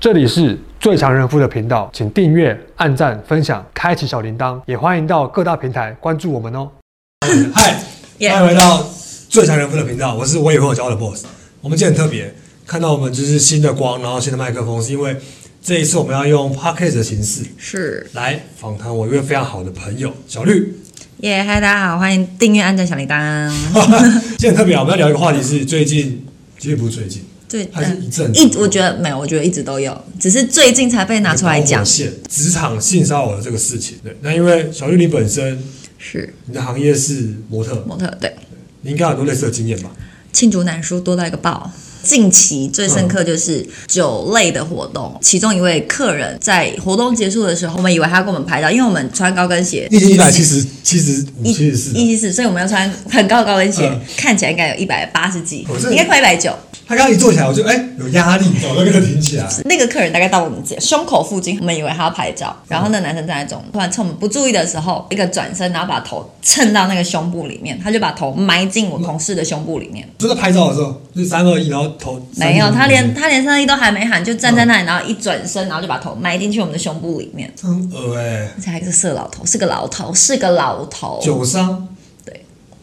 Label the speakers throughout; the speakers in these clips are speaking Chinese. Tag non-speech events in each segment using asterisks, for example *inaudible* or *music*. Speaker 1: 这里是最强人夫的频道，请订阅、按赞、分享、开启小铃铛，也欢迎到各大平台关注我们哦。
Speaker 2: 嗨，
Speaker 3: Yeah
Speaker 2: 欢迎回到最强人夫的频道，我是我也会有骄傲的 boss。我们今天很特别，看到我们就是新的光，然后新的麦克风，是因为这一次我们要用 podcast 的形式
Speaker 3: 是
Speaker 2: 来访谈我一位非常好的朋友小绿。 *laughs*
Speaker 3: 耶，嗨，大家好，欢迎订阅、按赞、小铃铛。
Speaker 2: 今天很特别啊，我们要聊一个话题是最近，其实不是最近，
Speaker 3: 对，
Speaker 2: 还是一阵子
Speaker 3: 嗯一，我觉得没有，我觉得一直都有，只是最近才被拿出来讲。
Speaker 2: 线职场性骚扰的这个事情。对，那因为小绿你本身
Speaker 3: 是
Speaker 2: 你的行业是模特，
Speaker 3: 模特，对，
Speaker 2: 你应该有很多类似的经验吧？
Speaker 3: 罄竹难书，多到一个爆。近期最深刻就是酒类的活动，其中一位客人在活动结束的时候，我们以为他要跟我们拍照，因为我们穿高跟鞋，
Speaker 2: 你已经一百七十七十五、
Speaker 3: 一
Speaker 2: 七十四，
Speaker 3: 一七四，所以我们要穿很高的高跟鞋，
Speaker 2: 嗯
Speaker 3: 看起来应该有一百八十几
Speaker 2: 我这，
Speaker 3: 应该快一百九。
Speaker 2: 他刚刚一坐起来，我就哎、有压力，我就跟他挺起来。
Speaker 3: 那个客人大概到我们这胸口附近，我们以为他要拍照，然后那男生站在中，突然趁我们不注意的时候，一个转身，然后把头蹭到那个胸部里面，他就把头埋进我同事的胸部里面。
Speaker 2: 就在拍照的时候，就是三二一，然后头
Speaker 3: 没有，
Speaker 2: 三
Speaker 3: 他
Speaker 2: 二一
Speaker 3: 连他连三二一都还没喊，就站在那里，然后一转身，然后就把头埋进去我们的胸部里面。
Speaker 2: 真恶哎，
Speaker 3: 而且还是个色老头，是个老头，是个老头。
Speaker 2: 酒伤，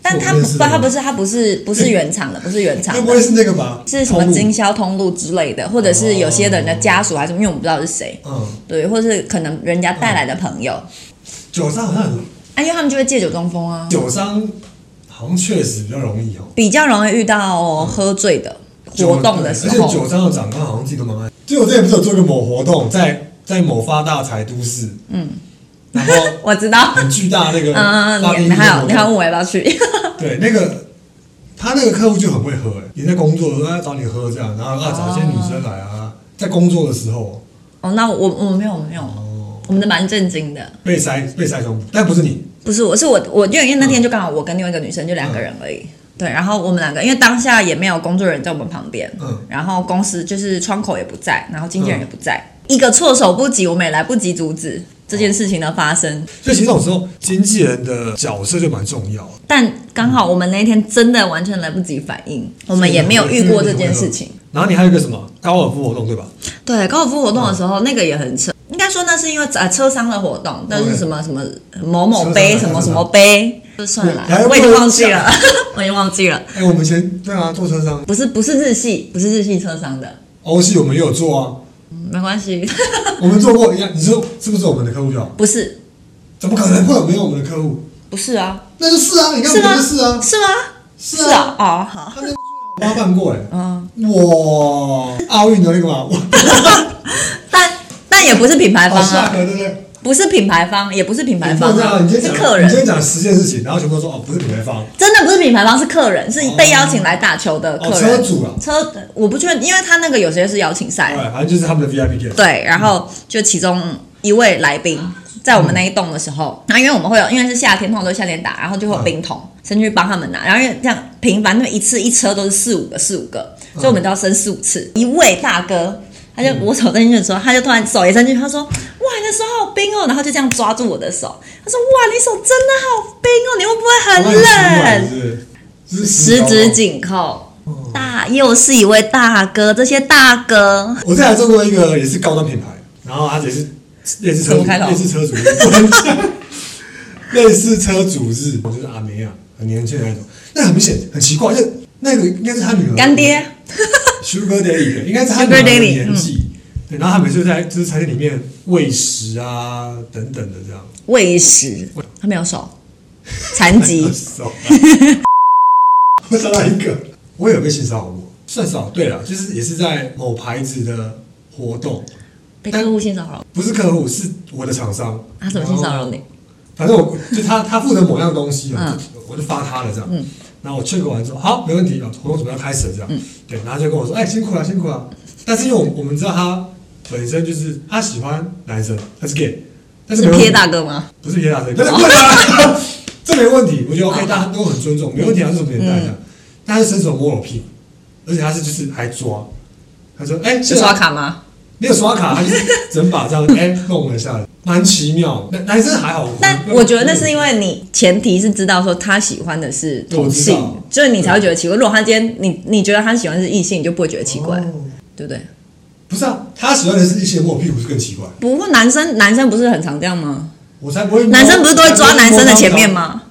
Speaker 3: 但他
Speaker 2: 我
Speaker 3: 不
Speaker 2: 认识，的吗
Speaker 3: 他不是，他不是，不是原厂的，不是原厂
Speaker 2: 该不
Speaker 3: 的
Speaker 2: 会。是那个吧？
Speaker 3: 是什
Speaker 2: 通
Speaker 3: 么
Speaker 2: 路
Speaker 3: 经？销通路之类的，或者是有些人的家属还是什么，因为我们不知道是谁，
Speaker 2: 嗯，
Speaker 3: 对，或是可能人家带来的朋友，
Speaker 2: 酒伤好像很
Speaker 3: 啊，因为他们就会借酒装疯啊，
Speaker 2: 酒伤好像确实比较容易哦。
Speaker 3: 比较容易遇到、喝醉的活动的
Speaker 2: 酒对
Speaker 3: 时
Speaker 2: 而且
Speaker 3: 候，
Speaker 2: 酒伤的长官好像自己都蛮爱。就我之前不是有做一个某活动，在在某发大财都市，嗯，然后
Speaker 3: 我知
Speaker 2: *laughs*
Speaker 3: 道。
Speaker 2: 很巨大那个
Speaker 3: 嗯，
Speaker 2: 发
Speaker 3: 你
Speaker 2: 电
Speaker 3: 你
Speaker 2: 机
Speaker 3: 还
Speaker 2: 的
Speaker 3: 有
Speaker 2: 活
Speaker 3: 你还
Speaker 2: 动
Speaker 3: 问我要不要去？ *laughs*
Speaker 2: 对，那个他那个客户就很会喝、欸，也在工作的时候他找你喝这样，然后啊找一些女生来啊，在工作的时候哦
Speaker 3: 哦，那我我没有我没有，我们的蛮震惊的。
Speaker 2: 被塞被塞胸部，但不是你，
Speaker 3: 不是，我是我我因为因为那天就刚好我跟另外一个女生就两个人而
Speaker 2: 嗯
Speaker 3: 已。对，然后我们两个，因为当下也没有工作人员在我们旁边，
Speaker 2: 嗯
Speaker 3: 然后公司就是窗口也不在，然后经纪人也不在，一个措手不及，我们也来不及阻止
Speaker 2: 哦
Speaker 3: 这件事情的发生。
Speaker 2: 所以其实这种时候经纪人的角色就蛮重要的。
Speaker 3: 但刚好我们那一天真的完全来不及反应，我们也没有遇过这件事情。
Speaker 2: 然后你还有一个什么高尔夫活动对吧？
Speaker 3: 对，高尔夫活动的时候，那个也很扯。应该说那是因为呃车商的活动，但是什么什么某某杯
Speaker 2: 车商
Speaker 3: 什么什么杯，就算了
Speaker 2: 对还要，
Speaker 3: 我已经忘记
Speaker 2: 跟我
Speaker 3: 了， *laughs* 我已经忘记了。
Speaker 2: 哎、我们以前对啊，坐车上
Speaker 3: 不是不是日系，不是日系车商的，
Speaker 2: 欧系我们也有做啊，
Speaker 3: 嗯没关系， *laughs*
Speaker 2: 我们做过一样，你说是不是我们的客户就好？
Speaker 3: 不是
Speaker 2: 怎么可能会有没有我们的客户？
Speaker 3: 不是啊，
Speaker 2: 那就是啊，你看
Speaker 3: 是
Speaker 2: 我
Speaker 3: 吗？
Speaker 2: 们就是啊，
Speaker 3: 是吗？
Speaker 2: 是
Speaker 3: 是啊，哦好，
Speaker 2: 他那个挖办过哎、
Speaker 3: 嗯，
Speaker 2: 哇，奥运的那个嘛，哇，
Speaker 3: 但但也不是品牌方
Speaker 2: 好下
Speaker 3: 啊，
Speaker 2: 哦河对不对？
Speaker 3: 不是品牌方，也不是品牌
Speaker 2: 你
Speaker 3: 方
Speaker 2: 不知道
Speaker 3: 啊
Speaker 2: 你，今
Speaker 3: 是
Speaker 2: 天
Speaker 3: 客
Speaker 2: 讲，你今天
Speaker 3: 人，
Speaker 2: 讲十件事情，然后全部都说哦，不是品牌方，
Speaker 3: 真的不是品牌方，是客人，是被邀请来打球的
Speaker 2: 哦，
Speaker 3: 客
Speaker 2: 车
Speaker 3: 人。
Speaker 2: 主啊，
Speaker 3: 车我不确定，因为他那个有些是邀请
Speaker 2: 对，
Speaker 3: 赛，
Speaker 2: 哎反正就是他们的 VIP 店，
Speaker 3: 对，然后就其中一位来宾在我们那一栋的时候，然后因为我们会有，因为是夏天，通常都是夏天打，然后就会有冰
Speaker 2: 嗯
Speaker 3: 桶，先去帮他们拿，然后因为这样频繁，那么一次一车都是四五个，四五个，
Speaker 2: 嗯
Speaker 3: 所以我们都要升四五次。一位大哥，他就我手伸进去的时候，他就突然手也伸进去，他说：“哇，你的手好冰哦！”然后就这样抓住我的手，他说：“哇，你手真的好冰哦，你会不会很冷？”
Speaker 2: 是不是，
Speaker 3: 十指，紧扣，大又是一位大哥，这些大哥
Speaker 2: 我之前还做过一个也是高端品牌，然后他也是类似车
Speaker 3: 怎
Speaker 2: 主，
Speaker 3: 么开头
Speaker 2: 类似车主日， *laughs* 类似车主日，我就是阿梅啊，很年轻的那种，那很明显很奇怪，就那个应该是他女儿
Speaker 3: 干爹。 *laughs*
Speaker 2: Sugar Daddy 应该是他女儿
Speaker 3: Sugar
Speaker 2: 的
Speaker 3: Daddy，嗯
Speaker 2: 年纪，对，然后他每次在就是餐厅里面喂食啊等等的这样，
Speaker 3: 喂食，他没有手，残 *laughs* 疾
Speaker 2: 很。熟啊 *laughs* 我找到一个，我有被性骚扰过，算少。对了，就是也是在某牌子的活动，
Speaker 3: 被客户性骚扰，
Speaker 2: 不是客户，是我的厂商。
Speaker 3: 他啊怎么性骚扰你？
Speaker 2: 反正我就他他负责某样东西啊
Speaker 3: 嗯，
Speaker 2: 就我就发他了这样。然后我 check 完之后，好，没问题啊，活动准备要开始了这样。
Speaker 3: 嗯
Speaker 2: 对，然后他就跟我说，哎，辛苦了，辛苦了。但是因为我我们知道他本身就是他喜欢男生，他是 gay，但是
Speaker 3: 是
Speaker 2: 没问题
Speaker 3: 撇大哥吗？
Speaker 2: 不是别打谁，不是不啊是， *laughs* 这没问题，我觉得 OK，大家都很尊重，没问题啊，这种年代的。但他是伸手摸我屁股，而且他是就是还抓，他说：“哎、
Speaker 3: 是刷，卡吗？
Speaker 2: 没有刷卡，他就是整把这样 *laughs* 哎、弄了下来，蛮奇妙。男男生还好，哦
Speaker 3: 但我觉得那是因为你前提是知道说他喜欢的是同
Speaker 2: 对我知
Speaker 3: 性
Speaker 2: 道，
Speaker 3: 就是你才会觉得奇怪。如果他今天你你觉得他喜欢是异性，你就不会觉得奇怪，
Speaker 2: 哦
Speaker 3: 对不对？
Speaker 2: 不是啊，他喜欢的是一些摸我屁股是更奇怪，
Speaker 3: 不过男生男生不是很常这样吗？
Speaker 2: 我才不会摸。
Speaker 3: 男生不是都会抓男生的前面？吗？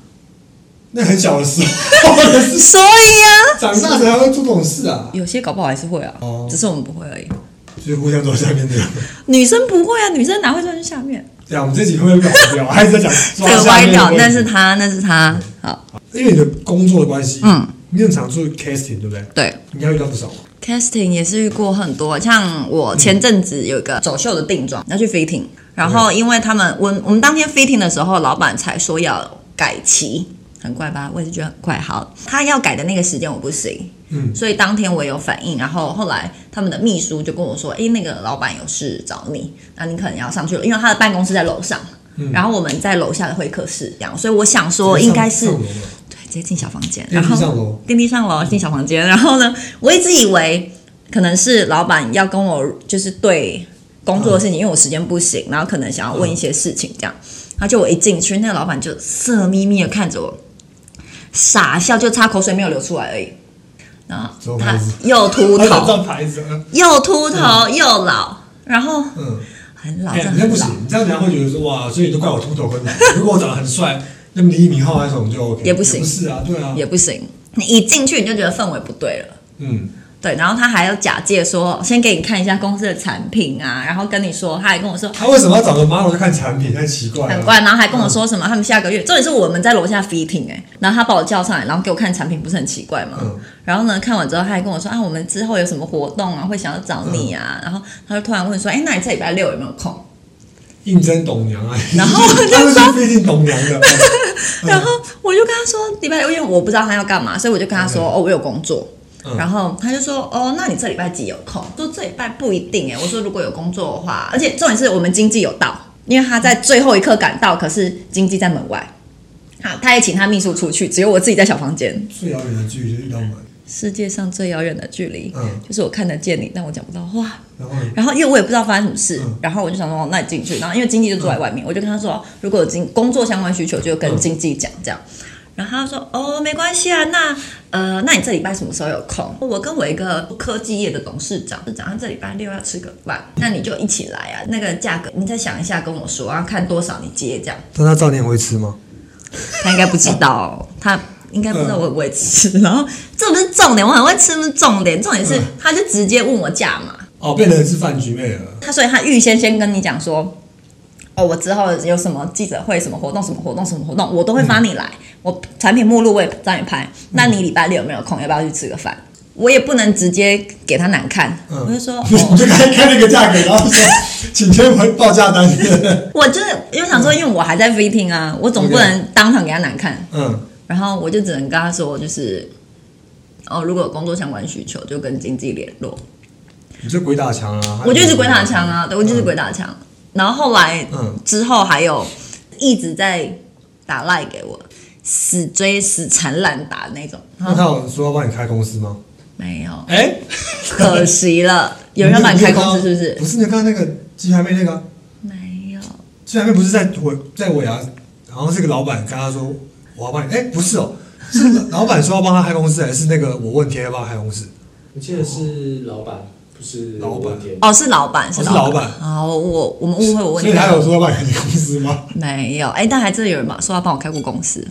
Speaker 2: 那很小的时候 *laughs* 的事，
Speaker 3: 所以啊，
Speaker 2: 长大才会做这种事啊，
Speaker 3: 有些搞不好还是会啊，
Speaker 2: 哦
Speaker 3: 只是我们不会而已。
Speaker 2: 就是互相抓下面的。
Speaker 3: 女生不会啊，女生哪会钻去下面？
Speaker 2: 对啊，我们这集会不会被搞掉？还是在讲
Speaker 3: 这
Speaker 2: 抓
Speaker 3: 个
Speaker 2: 下
Speaker 3: 歪
Speaker 2: 面的
Speaker 3: 掉，
Speaker 2: 问题
Speaker 3: 那是他，那是他。好，
Speaker 2: 因为你的工作的关系，
Speaker 3: 嗯，
Speaker 2: 你很常做 casting，对不对？
Speaker 3: 对
Speaker 2: 应该遇到不少吧。
Speaker 3: ，casting 也是遇过很多，像我前阵子有一个走秀的定妆要去 fitting，然后因为他们我我们当天 fitting 的时候，老板才说要改期，很怪吧？我也是觉得很怪。好，他要改的那个时间我不行，
Speaker 2: 嗯，
Speaker 3: 所以当天我也有反应，然后后来他们的秘书就跟我说：“诶，那个老板有事找你，那你可能要上去了，因为他的办公室在楼上，然后我们在楼下的会客室这样，所以我想说应该是
Speaker 2: 嗯上楼了
Speaker 3: 对，直接进小房间，
Speaker 2: 电
Speaker 3: 然
Speaker 2: 梯
Speaker 3: 后
Speaker 2: 上楼嗯
Speaker 3: 电梯上楼进小房间，然后呢，我一直以为可能是老板要跟我就是对工作的事
Speaker 2: 嗯
Speaker 3: 情，因为我时间不行，然后可能想要问一些事情这样，然后就我一进去，那个老板就色眯眯的看着我，傻笑，就擦口水没有流出来而已。然后他又秃
Speaker 2: 他拿 *laughs*
Speaker 3: 头，
Speaker 2: 张牌子，嗯
Speaker 3: 又秃头又老，然后
Speaker 2: 嗯，
Speaker 3: 很老，
Speaker 2: 哎
Speaker 3: 真
Speaker 2: 呀，你
Speaker 3: 的
Speaker 2: 这样不
Speaker 3: 很老
Speaker 2: 行。，你这样人家会觉得说哇，所以你都怪我秃头跟老。 *laughs* 如果我长得很帅，那么李敏镐那种就 OK，
Speaker 3: 也不行
Speaker 2: 不是啊，对啊，
Speaker 3: 也不行。你一进去你就觉得氛围不对了，
Speaker 2: 嗯，
Speaker 3: 对。然后他还要假借说，先给你看一下公司的产品啊，然后跟你说，他还跟我说
Speaker 2: 他为什么要找个 model 去看产品？太奇怪了，
Speaker 3: 很怪，然后还跟我说什么、他们下个月，重点是我们在楼下 fitting 哎、然后他把我叫上来，然后给我看产品，不是很奇怪吗？
Speaker 2: 嗯
Speaker 3: 然后呢，看完之后他还跟我说啊，我们之后有什么活动啊，会想要找你啊。然后他就突然问说，哎、那你这礼拜六有没有空？
Speaker 2: *laughs* 应征董娘啊，
Speaker 3: 然
Speaker 2: *laughs*
Speaker 3: 后我就
Speaker 2: 他们是必定董娘的，
Speaker 3: 然后我就跟他说礼拜六，因为我不知道他要干嘛，所以我就跟他说、哦，我有工作。
Speaker 2: 嗯
Speaker 3: 然后他就说：“哦，那你这礼拜几有空？”说这礼拜不一定哎。我说如果有工作的话，而且重点是我们经纪有到，因为他在最后一刻赶到，可是经纪在门外。好，他也请他秘书出去，只有我自己在小房间。
Speaker 2: 最遥远的距离就遇到我们，
Speaker 3: 世界上最遥远的距离，
Speaker 2: 嗯
Speaker 3: 就是我看得见你，但我讲不到话。
Speaker 2: 然后呢
Speaker 3: 然后因为我也不知道发生什么事，
Speaker 2: 嗯
Speaker 3: 然后我就想说，哦那你进去。然后因为经纪就坐在外面，我就跟他说，如果有经工作相关需求，就跟经纪讲这样。然后他说，哦，没关系啊，那呃，那你这礼拜什么时候有空？我跟我一个科技业的董事长，市长他这礼拜六要吃个饭，那你就一起来啊。那个价格你再想一下跟我说，然后看多少你接这样。
Speaker 2: 但他照念会吃吗？
Speaker 3: 他应该不知道，他应该不知道
Speaker 2: 嗯
Speaker 3: 我会不会吃。然后这不是重点，我很会吃不是重点，重点是
Speaker 2: 嗯
Speaker 3: 他就直接问我价码。
Speaker 2: 哦，变成是饭局妹了，
Speaker 3: 他所以他预先先跟你讲说，哦，我之后有什么记者会、什么活动、什么活动、什么活动，我都会发你来。我产品目录我也让你拍。那你礼拜六有没有空？要不要去吃个饭？我也不能直接给他难看，
Speaker 2: 嗯
Speaker 3: 我
Speaker 2: *laughs*
Speaker 3: 就说，
Speaker 2: 你
Speaker 3: 哦， *laughs*
Speaker 2: 就开开了一个价格，然后说请天回报价
Speaker 3: *laughs*
Speaker 2: 单，
Speaker 3: 我就是因为想说，因为我还在 fitting 啊，我总不
Speaker 2: OK
Speaker 3: 能当场给他难看，
Speaker 2: 嗯，
Speaker 3: 然后我就只能跟他说，就是，哦，如果有工作相关需求，就跟经纪联络。
Speaker 2: 你就鬼打墙啊，
Speaker 3: 我就是鬼打墙啊，对，我就是鬼打墙。然后后来，
Speaker 2: 嗯
Speaker 3: 之后还有一直在打赖给我，死追死缠烂打那种。
Speaker 2: 那他有说要帮你开公司吗？
Speaker 3: 没有，
Speaker 2: 哎，
Speaker 3: 可惜了，有人要把你开公司是不是
Speaker 2: *laughs* 不？是，你刚刚那个鸡排妹那个啊，
Speaker 3: 没有，
Speaker 2: 鸡排妹不是在尾在尾牙，然后这个老板跟他说我要帮你，哎，不是哦，是老板说要帮他开公司，还是那个我问天要帮他开公司？
Speaker 4: 我记得是老板，不是
Speaker 2: 老板
Speaker 4: 文天
Speaker 3: 哦，是老板，
Speaker 2: 哦是
Speaker 3: 老
Speaker 2: 老板
Speaker 3: 哦，我我们误会，我
Speaker 2: 所
Speaker 3: 问
Speaker 2: 以
Speaker 3: 你
Speaker 2: 他有说要帮你开公司吗？
Speaker 3: 没有？哎，但还真的有人嘛说要帮我开过公司，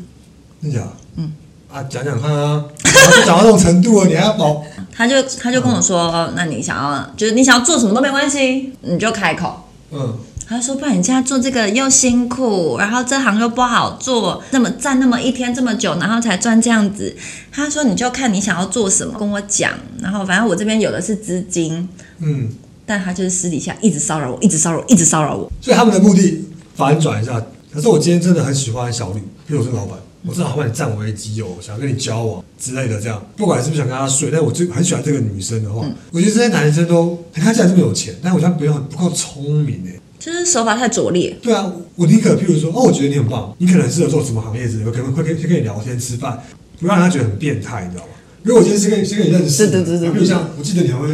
Speaker 2: 真假？嗯，啊，讲讲看啊，然后都讲到这种程度了，你还要保？
Speaker 3: 他就他就跟我说，
Speaker 2: 嗯
Speaker 3: 哦那你想要就是你想要做什么都没关系，你就开口。
Speaker 2: 嗯，
Speaker 3: 他说：“不然你现在做这个又辛苦，然后这行又不好做，那么站那么一天这么久，然后才赚这样子。”他说：“你就看你想要做什么，跟我讲。然后反正我这边有的是资金，
Speaker 2: 嗯，
Speaker 3: 但他就是私底下一直骚扰我，一直骚扰我，一直骚扰我。
Speaker 2: 所以他们的目的反转一下。可是我今天真的很喜欢小吕，比如我是老板，我正好把你占为己有，想跟你交往之类的，这样不管是不是想跟她睡，但我就很喜欢这个女生的话，
Speaker 3: 嗯
Speaker 2: 我觉得这些男生都你看起来这么有钱，但我觉得别人很不够聪明哎、
Speaker 3: 就是手法太拙劣。
Speaker 2: 对啊，我宁可譬如说，哦，我觉得你很棒，你可能适合做什么行业之类的，我可能会跟会跟你聊天吃饭，不让他觉得很变态，你知道吗？如果我今天是跟先跟你认识的，
Speaker 3: 对对对对
Speaker 2: 比如像我记得你还会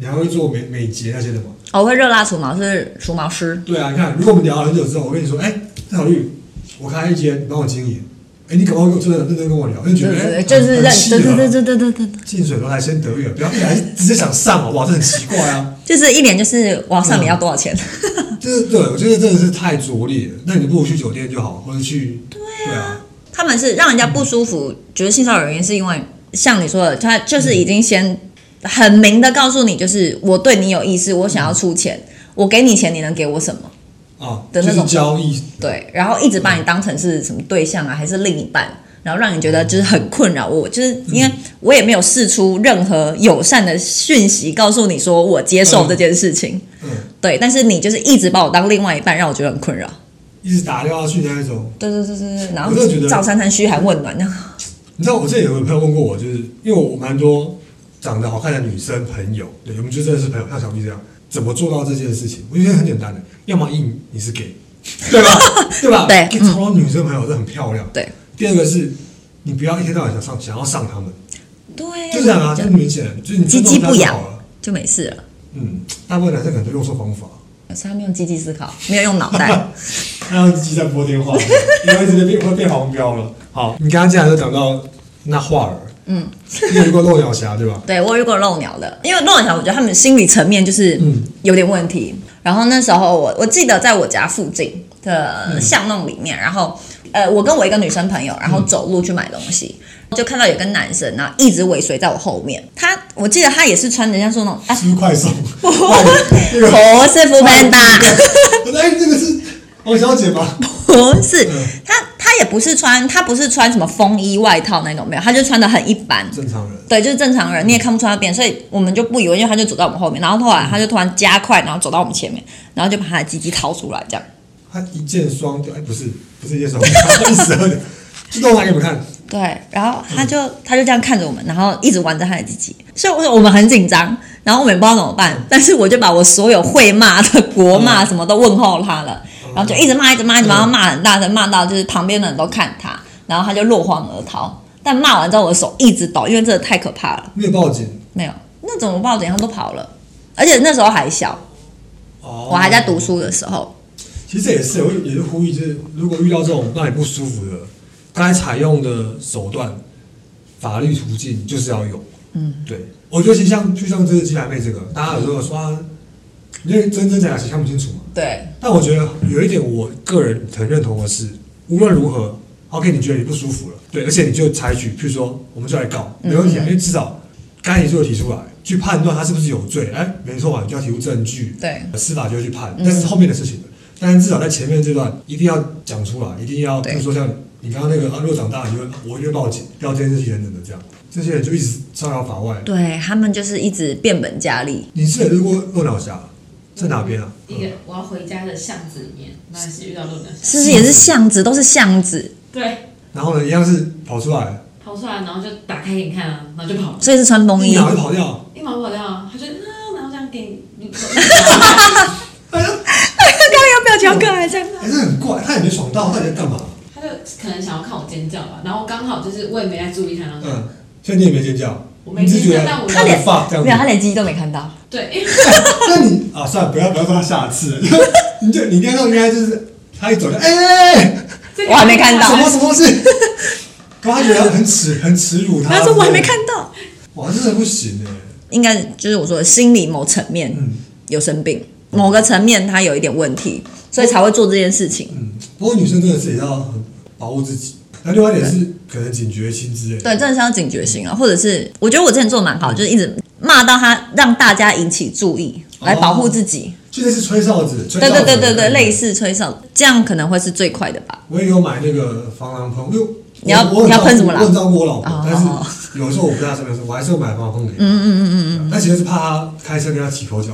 Speaker 2: 你还会做美美睫那些的嘛？
Speaker 3: 哦我会热辣除毛是除毛师，
Speaker 2: 对啊，你看，如果我们聊了很久之后，我跟你说，哎，赵玉，我开一间，你帮我经营，哎，你可不可以真的认真跟我聊？因为觉
Speaker 3: 就
Speaker 2: 得哎
Speaker 3: 是就是
Speaker 2: 很
Speaker 3: 认，
Speaker 2: 细
Speaker 3: 对对
Speaker 2: 啊
Speaker 3: 对对对对对对，
Speaker 2: 近水楼台先得月，啊不要一来直接想上好不好？这很奇怪
Speaker 3: *laughs*
Speaker 2: 啊。
Speaker 3: 就是一脸就是我要上你要多少钱，
Speaker 2: 这对我觉得真的是太拙劣了。那你不如去酒店就好，或者去对啊，
Speaker 3: 他们是让人家不舒服，觉得性骚扰原因是因为像你说的，他就是已经先很明的告诉你，就是我对你有意思，我想要出钱，我给你钱，你能给我什么？
Speaker 2: 啊，
Speaker 3: 的
Speaker 2: 就
Speaker 3: 那
Speaker 2: 是
Speaker 3: 种
Speaker 2: 交易。
Speaker 3: 对，然后一直把你当成是什么对象啊，还是另一半，然后让你觉得就是很困扰。我就是因为我也没有试出任何友善的讯息告诉你说我接受这件事情，
Speaker 2: 嗯，
Speaker 3: 对，但是你就是一直把我当另外一半，让我觉得很困扰。
Speaker 2: 一直打电话去那一种。
Speaker 3: 对对对对对，然后
Speaker 2: 我真的觉得
Speaker 3: 赵珊珊嘘寒问暖那样。
Speaker 2: 你知道我之前有个朋友问过我，就是因为我蛮多长得好看的女生朋友，对，我们就真的是朋友，像小弟这样，怎么做到这件事情？我觉得很简单的，要么一你是
Speaker 3: *laughs*
Speaker 2: gay，对吧？对吧？
Speaker 3: 对嗯
Speaker 2: ，gay 超多女生朋友都很漂亮。
Speaker 3: 对，
Speaker 2: 第二个是你不要一天到晚想上想要上他们，
Speaker 3: 对呀，
Speaker 2: 就这样啊，就明显就是你
Speaker 3: 鸡
Speaker 2: 尊重
Speaker 3: 鸡
Speaker 2: 他
Speaker 3: 不
Speaker 2: 就
Speaker 3: 痒
Speaker 2: 好了。
Speaker 3: 就没事了。
Speaker 2: 嗯，大部分男生可能都用错方法，
Speaker 3: 可是他们用积极思考，没有用脑
Speaker 2: *laughs*
Speaker 3: 袋。
Speaker 2: 那要积极在拨 *laughs* 电话，因为直接变会变黄标了。好，你刚刚进来就讲到那画儿，
Speaker 3: 嗯，
Speaker 2: 你有遇过漏鸟侠对吧？
Speaker 3: 对我有遇过漏鸟的，因为漏鸟，我觉得他们心理层面就是
Speaker 2: 嗯
Speaker 3: 有点问题。然后那时候我我记得在我家附近的
Speaker 2: 嗯
Speaker 3: 巷弄里面，然后呃，我跟我一个女生朋友，然
Speaker 2: 嗯
Speaker 3: 后走路去买东西。就看到有个男生，然后一直尾随在我后面。他，我记得他也是穿人家说那种啊，
Speaker 2: 是不是快送？那个
Speaker 3: 不是 f o o
Speaker 2: *laughs* 哎，这个是王小姐吗？
Speaker 3: 不是
Speaker 2: 嗯，
Speaker 3: 他他也不是穿，他不是穿什么风衣外套那种，没有，他就穿的很一般。
Speaker 2: 正常人。
Speaker 3: 对，就是正常人，你也看不出他变，所以我们就不以为，因为他就走到我们后面，然后后来他就突然加快，然后走到我们前面，然后就把他的鸡鸡掏出来，这样。
Speaker 2: 他一箭双雕，哎，不是，不是一箭双雕，他是十二点。这动画给你们看，
Speaker 3: 对，然后他就、他就这样看着我们，然后一直玩着他的鸡鸡，所以我我们很紧张，然后我们也不知道怎么办，但是我就把我所有会骂的国骂什么都问候他了，然后就一直骂，一直骂，一直骂，骂很大声，骂到就是旁边的人都看他，然后他就落荒而逃。但骂完之后，我的手一直抖，因为真的太可怕了。
Speaker 2: 没有报警
Speaker 3: 没有，那怎么报警？他都跑了，而且那时候还小，
Speaker 2: 哦
Speaker 3: 我还在读。书的时候，
Speaker 2: 其实这也是，我也是呼吁，就是如果遇到这种让你不舒服的，该采用的手段、法律途径就是要用。嗯，对，我觉得其实像就像这个鸡排妹这个，大家有时候说，啊因为真真假假其实看不清楚嘛。
Speaker 3: 对
Speaker 2: 但我觉得有一点，我个人很认同的是，无论如何，OK，你觉得你不舒服了，对，而且你就采取，譬如说，我们就来告，
Speaker 3: 嗯
Speaker 2: 没问题啊，因为至少该提出的提出来，去判断他是不是有罪，哎，没错嘛，你就要提出证据，
Speaker 3: 对，嗯
Speaker 2: 司法就会去判，但是后面的事情了。但是至少在前面这段一定要讲出来，一定要，
Speaker 3: 对
Speaker 2: 比如说像你刚刚那个，啊，如果长大，你会我会报警，要监视器等等的这样，这些人就一直逍遥法外。
Speaker 3: 对，他们就是一直变本加厉。
Speaker 2: 你是有遇过落鸟侠在哪边啊？
Speaker 5: 一个我要回家的巷子里面，那是遇到路人，
Speaker 3: 是不是也是巷子，都是巷子，
Speaker 5: 对，
Speaker 2: 然后呢，一样是跑出来，
Speaker 5: 跑出来，然后就打开给你看啊，然后就跑，
Speaker 3: 所以是穿风
Speaker 2: 一
Speaker 3: 衣。 *laughs*
Speaker 2: 秒就跑掉。
Speaker 5: 一毛跑掉啊，他就啊，然后这样给你，你
Speaker 3: 要不要讲可爱这样？
Speaker 2: 还是很怪，他也没爽到，他也在干嘛？
Speaker 5: 他就可能想要看我尖叫吧，然后刚好就是我也没在注意他，然后
Speaker 2: 嗯，所以你也没尖叫，
Speaker 5: 我没尖叫
Speaker 2: 你只觉得
Speaker 5: 但我
Speaker 2: 他
Speaker 3: 他
Speaker 2: 的
Speaker 3: 连
Speaker 2: 发这样
Speaker 3: 没有，他
Speaker 2: 子。
Speaker 3: 连鸡都没看到。
Speaker 5: 对，因为
Speaker 2: 那你啊，算了，不要不要说他下次， *laughs* 你就你应该说应该就是他一走就哎、
Speaker 5: 这个
Speaker 3: 我还没看到
Speaker 2: 什么什么东西，
Speaker 3: *laughs*
Speaker 2: 可他觉得很耻很耻辱他。
Speaker 3: 他说我还没看，到，
Speaker 2: 哇，真的不行哎、
Speaker 3: 应该就是我说的心理某层面
Speaker 2: 嗯
Speaker 3: 有生病，某个层面他有一点问题，所以才会做这件事情。
Speaker 2: 嗯，不过女生真的是也要很保护自己。那另外一点是可能警觉心之类的，
Speaker 3: 对，真的是要警觉性啊，或者是我觉得我之前做的蛮好，就是一直骂到他，让大家引起注意，来保
Speaker 2: 哦
Speaker 3: 护自己。
Speaker 2: 就类似吹哨子，吹
Speaker 3: 对
Speaker 2: 哨
Speaker 3: 对
Speaker 2: 子哎
Speaker 3: 对对对，类。似吹哨，这样可能会是最快的吧。
Speaker 2: 我也有买那个防狼喷，因为
Speaker 3: 你要
Speaker 2: 我我很
Speaker 3: 你要
Speaker 2: 照
Speaker 3: 喷什
Speaker 2: 顾
Speaker 3: 么啦
Speaker 2: 我很照顾我老婆
Speaker 3: 哦，
Speaker 2: 但是有时候我不在她身边的时候，我还是会买防狼喷给她。嗯嗯嗯嗯但其实是怕她开车跟她起口角，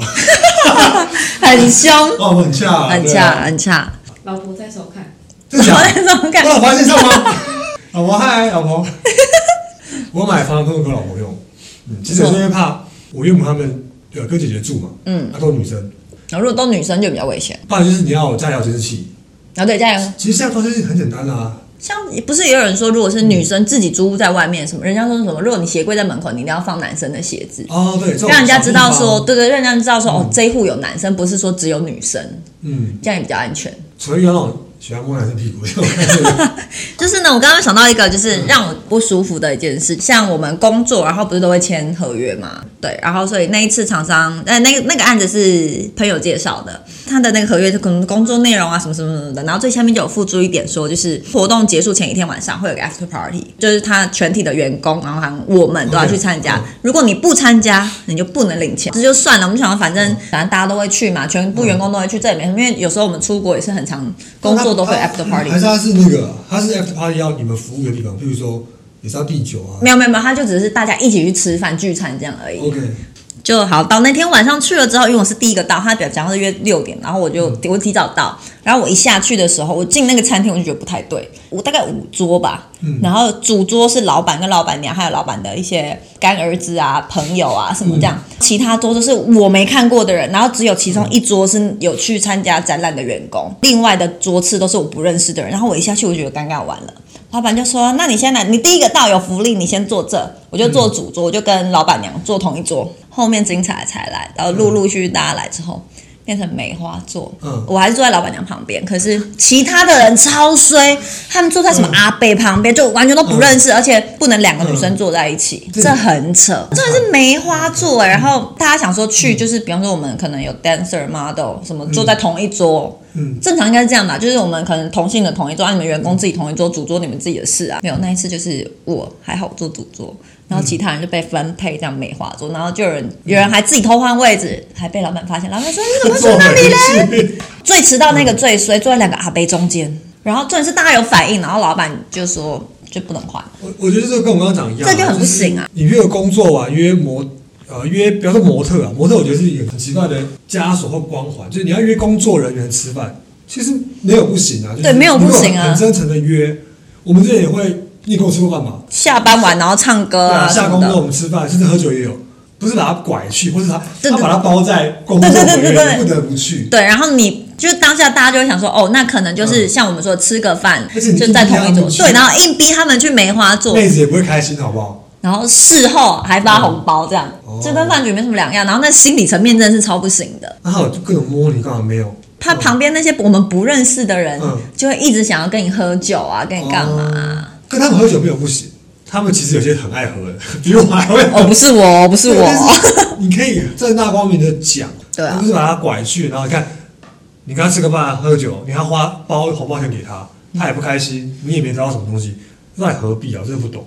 Speaker 2: *laughs*
Speaker 3: 很凶，
Speaker 2: 哦， *laughs* 我很恰，
Speaker 3: 很
Speaker 2: 对
Speaker 3: 恰，
Speaker 2: 啊，
Speaker 3: 很恰。
Speaker 5: 老婆在手看，
Speaker 2: 真假
Speaker 3: 我
Speaker 2: 的？
Speaker 3: *laughs* 那种感
Speaker 2: 我老
Speaker 3: 觉，
Speaker 2: 婆在线上吗？ *laughs* 老婆嗨，老婆。 *laughs* 我买防狼喷给我老婆用，嗯，其实有时候因为怕我岳母他们有跟姐姐住嘛，啊
Speaker 3: 嗯，
Speaker 2: 她都女生，
Speaker 3: 然后如果都女生就比较危险。
Speaker 2: 不然就是你要有家里有监视器。
Speaker 3: 然后对，加油。
Speaker 2: 其实现在装监视器很简单啦、啊，
Speaker 3: 像不是也有人说，如果是女生自己租屋在外面，什么人家说什么，如果你鞋柜在门口，你一定要放男生的鞋子，
Speaker 2: 哦对，这种
Speaker 3: 让人家知道
Speaker 2: 小地
Speaker 3: 说，
Speaker 2: 方，
Speaker 3: 对对，让人家知道说，哦，这一户有男生，不是说只有女生，
Speaker 2: 嗯。
Speaker 3: 这样也比较安全。
Speaker 2: 除非有那种喜欢摸男生屁股， *laughs* 这种感觉
Speaker 3: 就是呢，我刚刚想到一个，就是让我不舒服的一件事，像我们工作，然后不是都会签合约嘛？对，然后所以那一次厂商，呃，那个那个案子是朋友介绍的，他的那个合约就可能工作内容啊，什么什么什么的，然后最下面就有附注一点说，就是活动结束前一天晚上会有个 after party，就是他全体的员工，啊然后还有我们都要去参加
Speaker 2: 嗯。
Speaker 3: 如果你不参加，你就不能领钱，这就算了。我们想，反正反正大家都会去嘛，全部员工都会去，这也没什么，因为有时候我们出国也是很常工作都会
Speaker 2: 哦那他
Speaker 3: after party
Speaker 2: 还。是他是那个，他是 after party 要你们服务的地方，譬如说也是要第九啊
Speaker 3: 没有没有没有，他就只是大家一起去吃饭聚餐这样而已。
Speaker 2: ，OK，
Speaker 3: 就好到那天晚上去了之后，因为我是第一个到，他表讲是约六点，然后我就、我提早到，然后我一下去的时候，我进那个餐厅我就觉得不太对，我大概五桌吧，然后主桌是老板跟老板娘，还有老板的一些干儿子啊、朋友啊什么这样，其他桌都是我没看过的人，然后只有其中一桌是有去参加展览的员工，另外的桌次都是我不认识的人，然后我一下去我就觉得尴尬完了。老板就说：“那你先来，你第一个到有福利，你先坐这。”我就坐主桌，我就跟老板娘坐同一桌。后面精彩才来，然后陆陆续续大家来之后，变成梅花座。
Speaker 2: 嗯
Speaker 3: 我还是坐在老板娘旁边，可是其他的人超衰，他们坐在什么阿贝旁边，就完全都不认识，而且不能两个女生坐在一起，
Speaker 2: 嗯
Speaker 3: 这很扯。真的是梅花座哎、然后大家想说去，
Speaker 2: 嗯
Speaker 3: 就是比方说我们可能有 dancer model 什么坐在同一桌，
Speaker 2: 嗯，
Speaker 3: 正常应该是这样吧，就是我们可能同性的同一桌，啊，你们员工自己同一桌，主桌你们自己的事啊。没有那一次就是我还好坐主桌，然后其他人就被分配这样美化桌，然后就有人有人还自己偷换位置，还被老板发现，老板说你
Speaker 2: *laughs*
Speaker 3: 怎么坐那里嘞？
Speaker 2: 嘞？
Speaker 3: 最迟到那个最衰，坐在两个阿伯中间，然后重点是大家有反应，然后老板就说就不能换，
Speaker 2: *laughs* 我我觉得这个跟我刚刚讲一样啊，
Speaker 3: 这就很不行啊。
Speaker 2: 你约工作完，约模呃约，不要说模特啊，模特我觉得是一个很奇怪的枷锁或光环，就是你要约工作人员吃饭，其实没有不行啊，就是
Speaker 3: 对没有不行啊
Speaker 2: 如果很真诚的约，我们之前也会，你跟我吃过饭吗？
Speaker 3: 下班完然后唱歌
Speaker 2: 对啊，
Speaker 3: 啊
Speaker 2: 下
Speaker 3: 什
Speaker 2: 工
Speaker 3: 么
Speaker 2: 作
Speaker 3: 的。
Speaker 2: 我们吃饭，甚至喝酒也有，不是把他拐去，或是他
Speaker 3: 对
Speaker 2: 他
Speaker 3: 对
Speaker 2: 把他包在工作
Speaker 3: 对对
Speaker 2: 人
Speaker 3: 对对
Speaker 2: 员
Speaker 3: 对
Speaker 2: 不得不
Speaker 3: *laughs*
Speaker 2: 去。
Speaker 3: 对，然后你就当下大家就会想说，哦，那可能就是像我们说的吃个饭，
Speaker 2: 而嗯且你
Speaker 3: 就在同一
Speaker 2: 硬逼他
Speaker 3: 桌，
Speaker 2: 们去
Speaker 3: 对，然后硬逼他们去梅花座，
Speaker 2: 妹子也不会开心，好不好？
Speaker 3: 然后事后还发红包，这样、
Speaker 2: 哦
Speaker 3: 这跟饭局没什么两样。然后那心理层面真的是超不行的。
Speaker 2: 然后就各种摸你，干嘛没有？
Speaker 3: 他
Speaker 2: 嗯
Speaker 3: 旁边那些我们不认识的人
Speaker 2: 嗯，
Speaker 3: 就会一直想要跟你喝酒啊，跟你干嘛、啊？
Speaker 2: 跟他们喝酒没有不行，他们其实有些很爱喝的， *laughs* 比我还会喝。
Speaker 3: 哦，不是我，不
Speaker 2: *laughs*
Speaker 3: 是
Speaker 2: 对但
Speaker 3: 我，
Speaker 2: 是你可以正大光明的讲，
Speaker 3: 对啊
Speaker 2: 而不是把他拐去，然后你看，你跟他吃个饭、喝酒，你还花包红包钱给他，
Speaker 3: 嗯
Speaker 2: 他也不开心，你也没得到什么东西，那何必啊？真的不懂。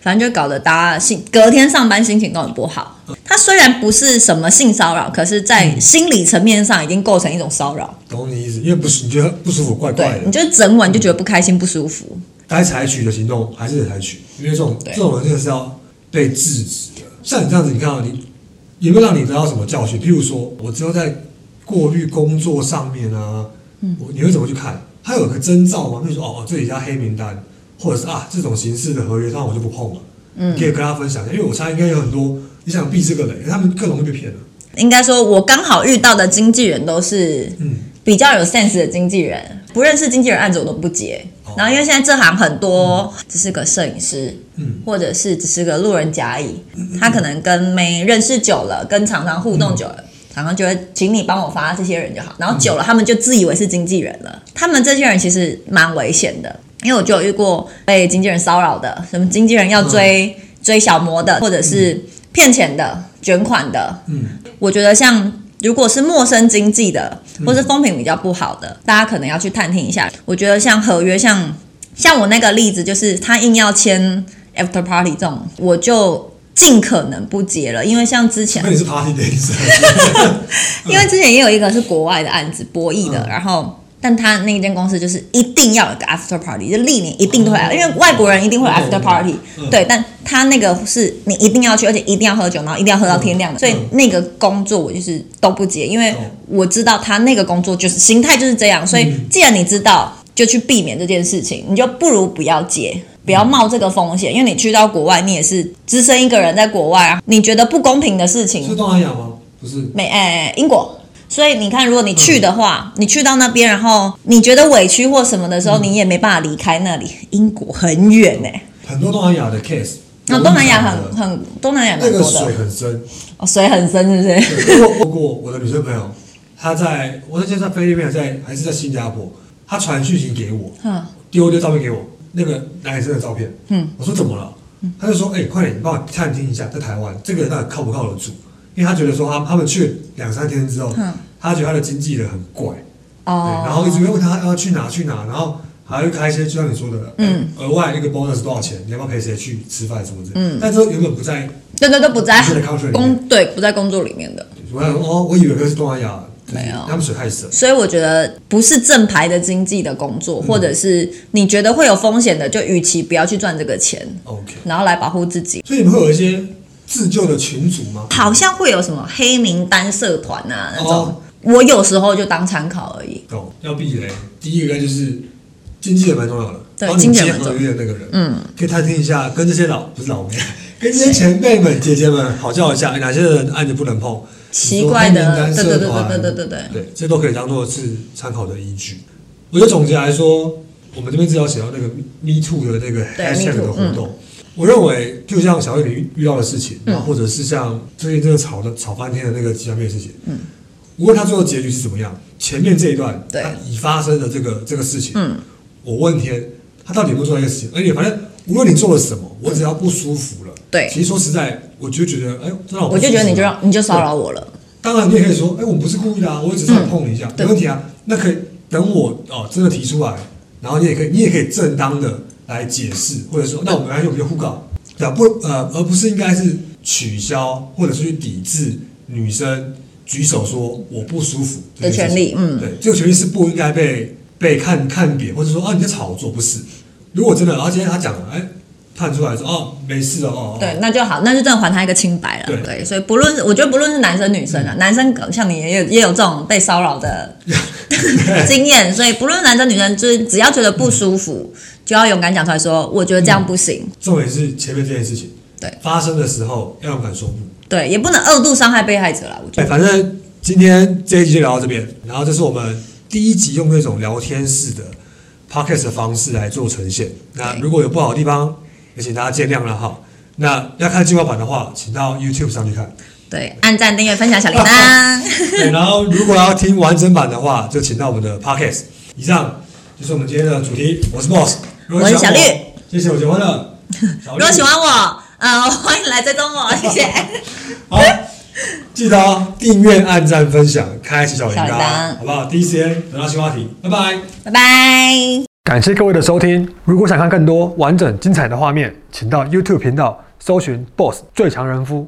Speaker 3: 反正就搞得大家心隔天上班心情都很不好。他虽然不是什么性骚扰，可是
Speaker 2: 嗯
Speaker 3: 在心理层面上已经构成一种骚扰。
Speaker 2: 懂你意思，因为不是你觉得不舒服，怪怪
Speaker 3: 对，你
Speaker 2: 的，
Speaker 3: 就整晚就觉得不开心、不舒服。
Speaker 2: 该采取的行动还是得采取，因为这种
Speaker 3: 对
Speaker 2: 这种人真的是要被制止的。像你这样子，你看到啊你有没有让你得到什么教训？譬如说，我之后在过滤工作上面啊，
Speaker 3: 嗯
Speaker 2: 我你会怎么去看？它有个征兆吗？譬如说，哦，哦，这里叫黑名单，或者是啊，这种形式的合约，通常我就不碰了。嗯，可以跟他分享一下，因为我猜应该有很多你想避这个雷，可是他们更容易被骗了。
Speaker 3: 应该说，我刚好遇到的经纪人都是
Speaker 2: 嗯
Speaker 3: 比较有 sense 的经纪人，不认识经纪人案子我都不接
Speaker 2: 哦。
Speaker 3: 然后因为现在这行很多只是个摄影师，
Speaker 2: 嗯，
Speaker 3: 或者是只是个路人甲乙，他可能跟没认识久了，跟厂商互动久
Speaker 2: 嗯
Speaker 3: 了。厂商就会请你帮我发这些人就好，然后久了他们就自以为是经纪人了。他们这些人其实蛮危险的，因为我就有遇过被经纪人骚扰的，什么经纪人要追、
Speaker 2: 嗯
Speaker 3: 追小模的，或者是骗钱的、卷款的，
Speaker 2: 嗯，
Speaker 3: 我觉得像如果是陌生经济的，或是风评比较不好的，大家可能要去探听一下。我觉得像合约，像像我那个例子，就是他硬要签 after party 这种，我就尽可能不接了，因为像之前
Speaker 2: 那你是 party dancer，
Speaker 3: *laughs* 因为之前也有一个是国外的案子，博弈
Speaker 2: 嗯
Speaker 3: 的，然后但他那间公司就是一定要有个 after party，就历年一定都会来，因为外国人一定会有 after party，
Speaker 2: 嗯
Speaker 3: 对，但他那个是你一定要去，而且一定要喝酒，然后一定要喝到天
Speaker 2: 嗯
Speaker 3: 亮的，所以那个工作我就是都不接，因为我知道他那个工作就是形态就是这样，所以
Speaker 2: 嗯
Speaker 3: 既然你知道，就去避免这件事情，你就不如不要接。不
Speaker 2: 嗯
Speaker 3: 要冒这个风险，因为你去到国外，你也是只身一个人在国外啊。你觉得不公平的事情，
Speaker 2: 是东南亚吗？不是，
Speaker 3: 美诶、英国。所以你看，如果你去的话，你去到那边，然后你觉得委屈或什么的
Speaker 2: 嗯
Speaker 3: 时候，你也没办法离开那里。英国很远呢、
Speaker 2: 很多东南亚的 case。
Speaker 3: 那东南亚
Speaker 2: 我遇到
Speaker 3: 很
Speaker 2: 的
Speaker 3: 很东南亚
Speaker 2: 那
Speaker 3: 蛮
Speaker 2: 个
Speaker 3: 多
Speaker 2: 水
Speaker 3: 的，
Speaker 2: 很深，
Speaker 3: 哦，水很深，是不是？
Speaker 2: 对我问过我的女生朋友，她在我那天在菲律宾，还在还是在新加坡，他传讯息给我，
Speaker 3: 嗯
Speaker 2: 丢一丢照片给我，那个男生的照片，
Speaker 3: 嗯，
Speaker 2: 我说怎么了？他就说，哎、快点，你帮我探听一下，在台湾这个人到底靠不靠得住？因为他觉得说他他们去两三天之后，
Speaker 3: 嗯
Speaker 2: 他觉得他的经纪人很怪，对，
Speaker 3: 哦，
Speaker 2: 然后一直问哎他要去哪去哪，然后还会开一些就像你说的，哎
Speaker 3: 嗯，
Speaker 2: 额外一个 bonus 多少钱，你要不要陪谁去吃饭什么之类，
Speaker 3: 嗯
Speaker 2: 但这原本不在，
Speaker 3: 对对对，不在
Speaker 2: 不在 culture 里面
Speaker 3: 工对不在工作里面的，
Speaker 2: 我想说哦，我以为是东南亚，就是
Speaker 3: 没有
Speaker 2: 他们水太深，
Speaker 3: 所以我觉得不是正牌的经济的工
Speaker 2: 嗯
Speaker 3: 作，或者是你觉得会有风险的，就与其不要去赚这个钱，
Speaker 2: OK，
Speaker 3: 然后来保护自己。
Speaker 2: 所以你们会有一些自救的群组吗？
Speaker 3: 好像会有什么黑名单社团啊那种，
Speaker 2: 哦
Speaker 3: 我有时候就当参考而已。
Speaker 2: 懂，要避雷。第一个应该就是经纪人蛮重要的，
Speaker 3: 对
Speaker 2: 帮你
Speaker 3: 经纪人
Speaker 2: 接
Speaker 3: 蛮
Speaker 2: 合约的那个人，
Speaker 3: 嗯，
Speaker 2: 可以探听一下，跟这些老不是老妹， *laughs* 跟这些前辈们、姐姐们好叫一下，哎哪些人按着不能碰，
Speaker 3: 奇怪的
Speaker 2: 你说黑名单
Speaker 3: 对对对
Speaker 2: 社团
Speaker 3: 对对对对
Speaker 2: 对，这都可以当做是参考的依据。我觉得总结来说，我们这边至少写到那个 Me Too 的那个
Speaker 3: 对
Speaker 2: hashtag 的
Speaker 3: Me Too，
Speaker 2: 活动。我认为，就像小雨你遇遇到的事情，
Speaker 3: 嗯
Speaker 2: 然后或者是像最近这个吵的吵翻天的那个吉祥面的事情，嗯，无论它最后结局是怎么样，前面这一段
Speaker 3: 对
Speaker 2: 它已发生的这个这个事情，
Speaker 3: 嗯，
Speaker 2: 我问天，他到底有没有做到一个事情？而且反正无论你做了什么，我只要不舒服了，
Speaker 3: 对
Speaker 2: 其实说实在，我就觉得，哎，这让我不
Speaker 3: 我就觉得
Speaker 2: 舒服
Speaker 3: 你就
Speaker 2: 了
Speaker 3: 让你就骚扰我了，
Speaker 2: 当然，你也可以说，哎、我不是故意的啊，我只是想碰你一下，
Speaker 3: 对
Speaker 2: 没问题啊。那可以等我哦，真的提出来，然后你也可以，你也可以正当的来解释，或者说，那我们来有没有互告？对啊，不呃，而不是应该是取消或者是去抵制女生举手说我不舒服这件事情
Speaker 3: 的权利嗯
Speaker 2: 对，这个权利是不应该被被看看扁，或者说啊你在炒作，不是。如果真的，然后今天他讲了，哎、判出来说哦没事哦哦，哦 *laughs*
Speaker 3: 对，那就好，那就真的还他一个清白了。
Speaker 2: 对嗯
Speaker 3: 对，所以不论是我觉得不论是男生女生啊，男生像你也有也有这种被骚扰的经验，所以不论男生女生，就是只要觉得不舒服，
Speaker 2: 嗯
Speaker 3: 就要勇敢讲出来说，我觉得这样不行。
Speaker 2: 重点是前面这件事情，
Speaker 3: 对
Speaker 2: 发生的时候要勇敢说不。
Speaker 3: 对，也不能二度伤害被害者啦。我觉
Speaker 2: 对，
Speaker 3: 得
Speaker 2: 反正今天这一集就聊到这边，然后这是我们第一集用那种聊天式的 podcast 的方式来做呈现。那
Speaker 3: 对
Speaker 2: 如果有不好的地方，也请大家见谅了哈。那要看精华版的话，请到 YouTube 上去看。 *laughs*
Speaker 3: 对，按赞、订阅、分享小铃铛。
Speaker 2: 对，然后如果要听完整版的话，就请到我们的 podcast。以上就是我们今天的主题，我是 Boss，如果
Speaker 3: 我是
Speaker 2: 喜欢
Speaker 3: 小绿
Speaker 2: 我，谢谢我结婚了。小
Speaker 3: *laughs* 如
Speaker 2: 绿
Speaker 3: 果喜欢我，呃，欢迎来追踪我，
Speaker 2: *laughs*
Speaker 3: 谢谢。
Speaker 2: 好，记得哦，订阅、按赞、分享、开启小铃
Speaker 3: 小铃
Speaker 2: 铛，
Speaker 3: 铛
Speaker 2: 好不好？第一时间得到新话题，拜拜。
Speaker 3: 拜拜。
Speaker 1: 感谢各位的收听。如果想看更多完整精彩的画面，请到 YouTube 频道搜寻 “Boss 最强人夫”。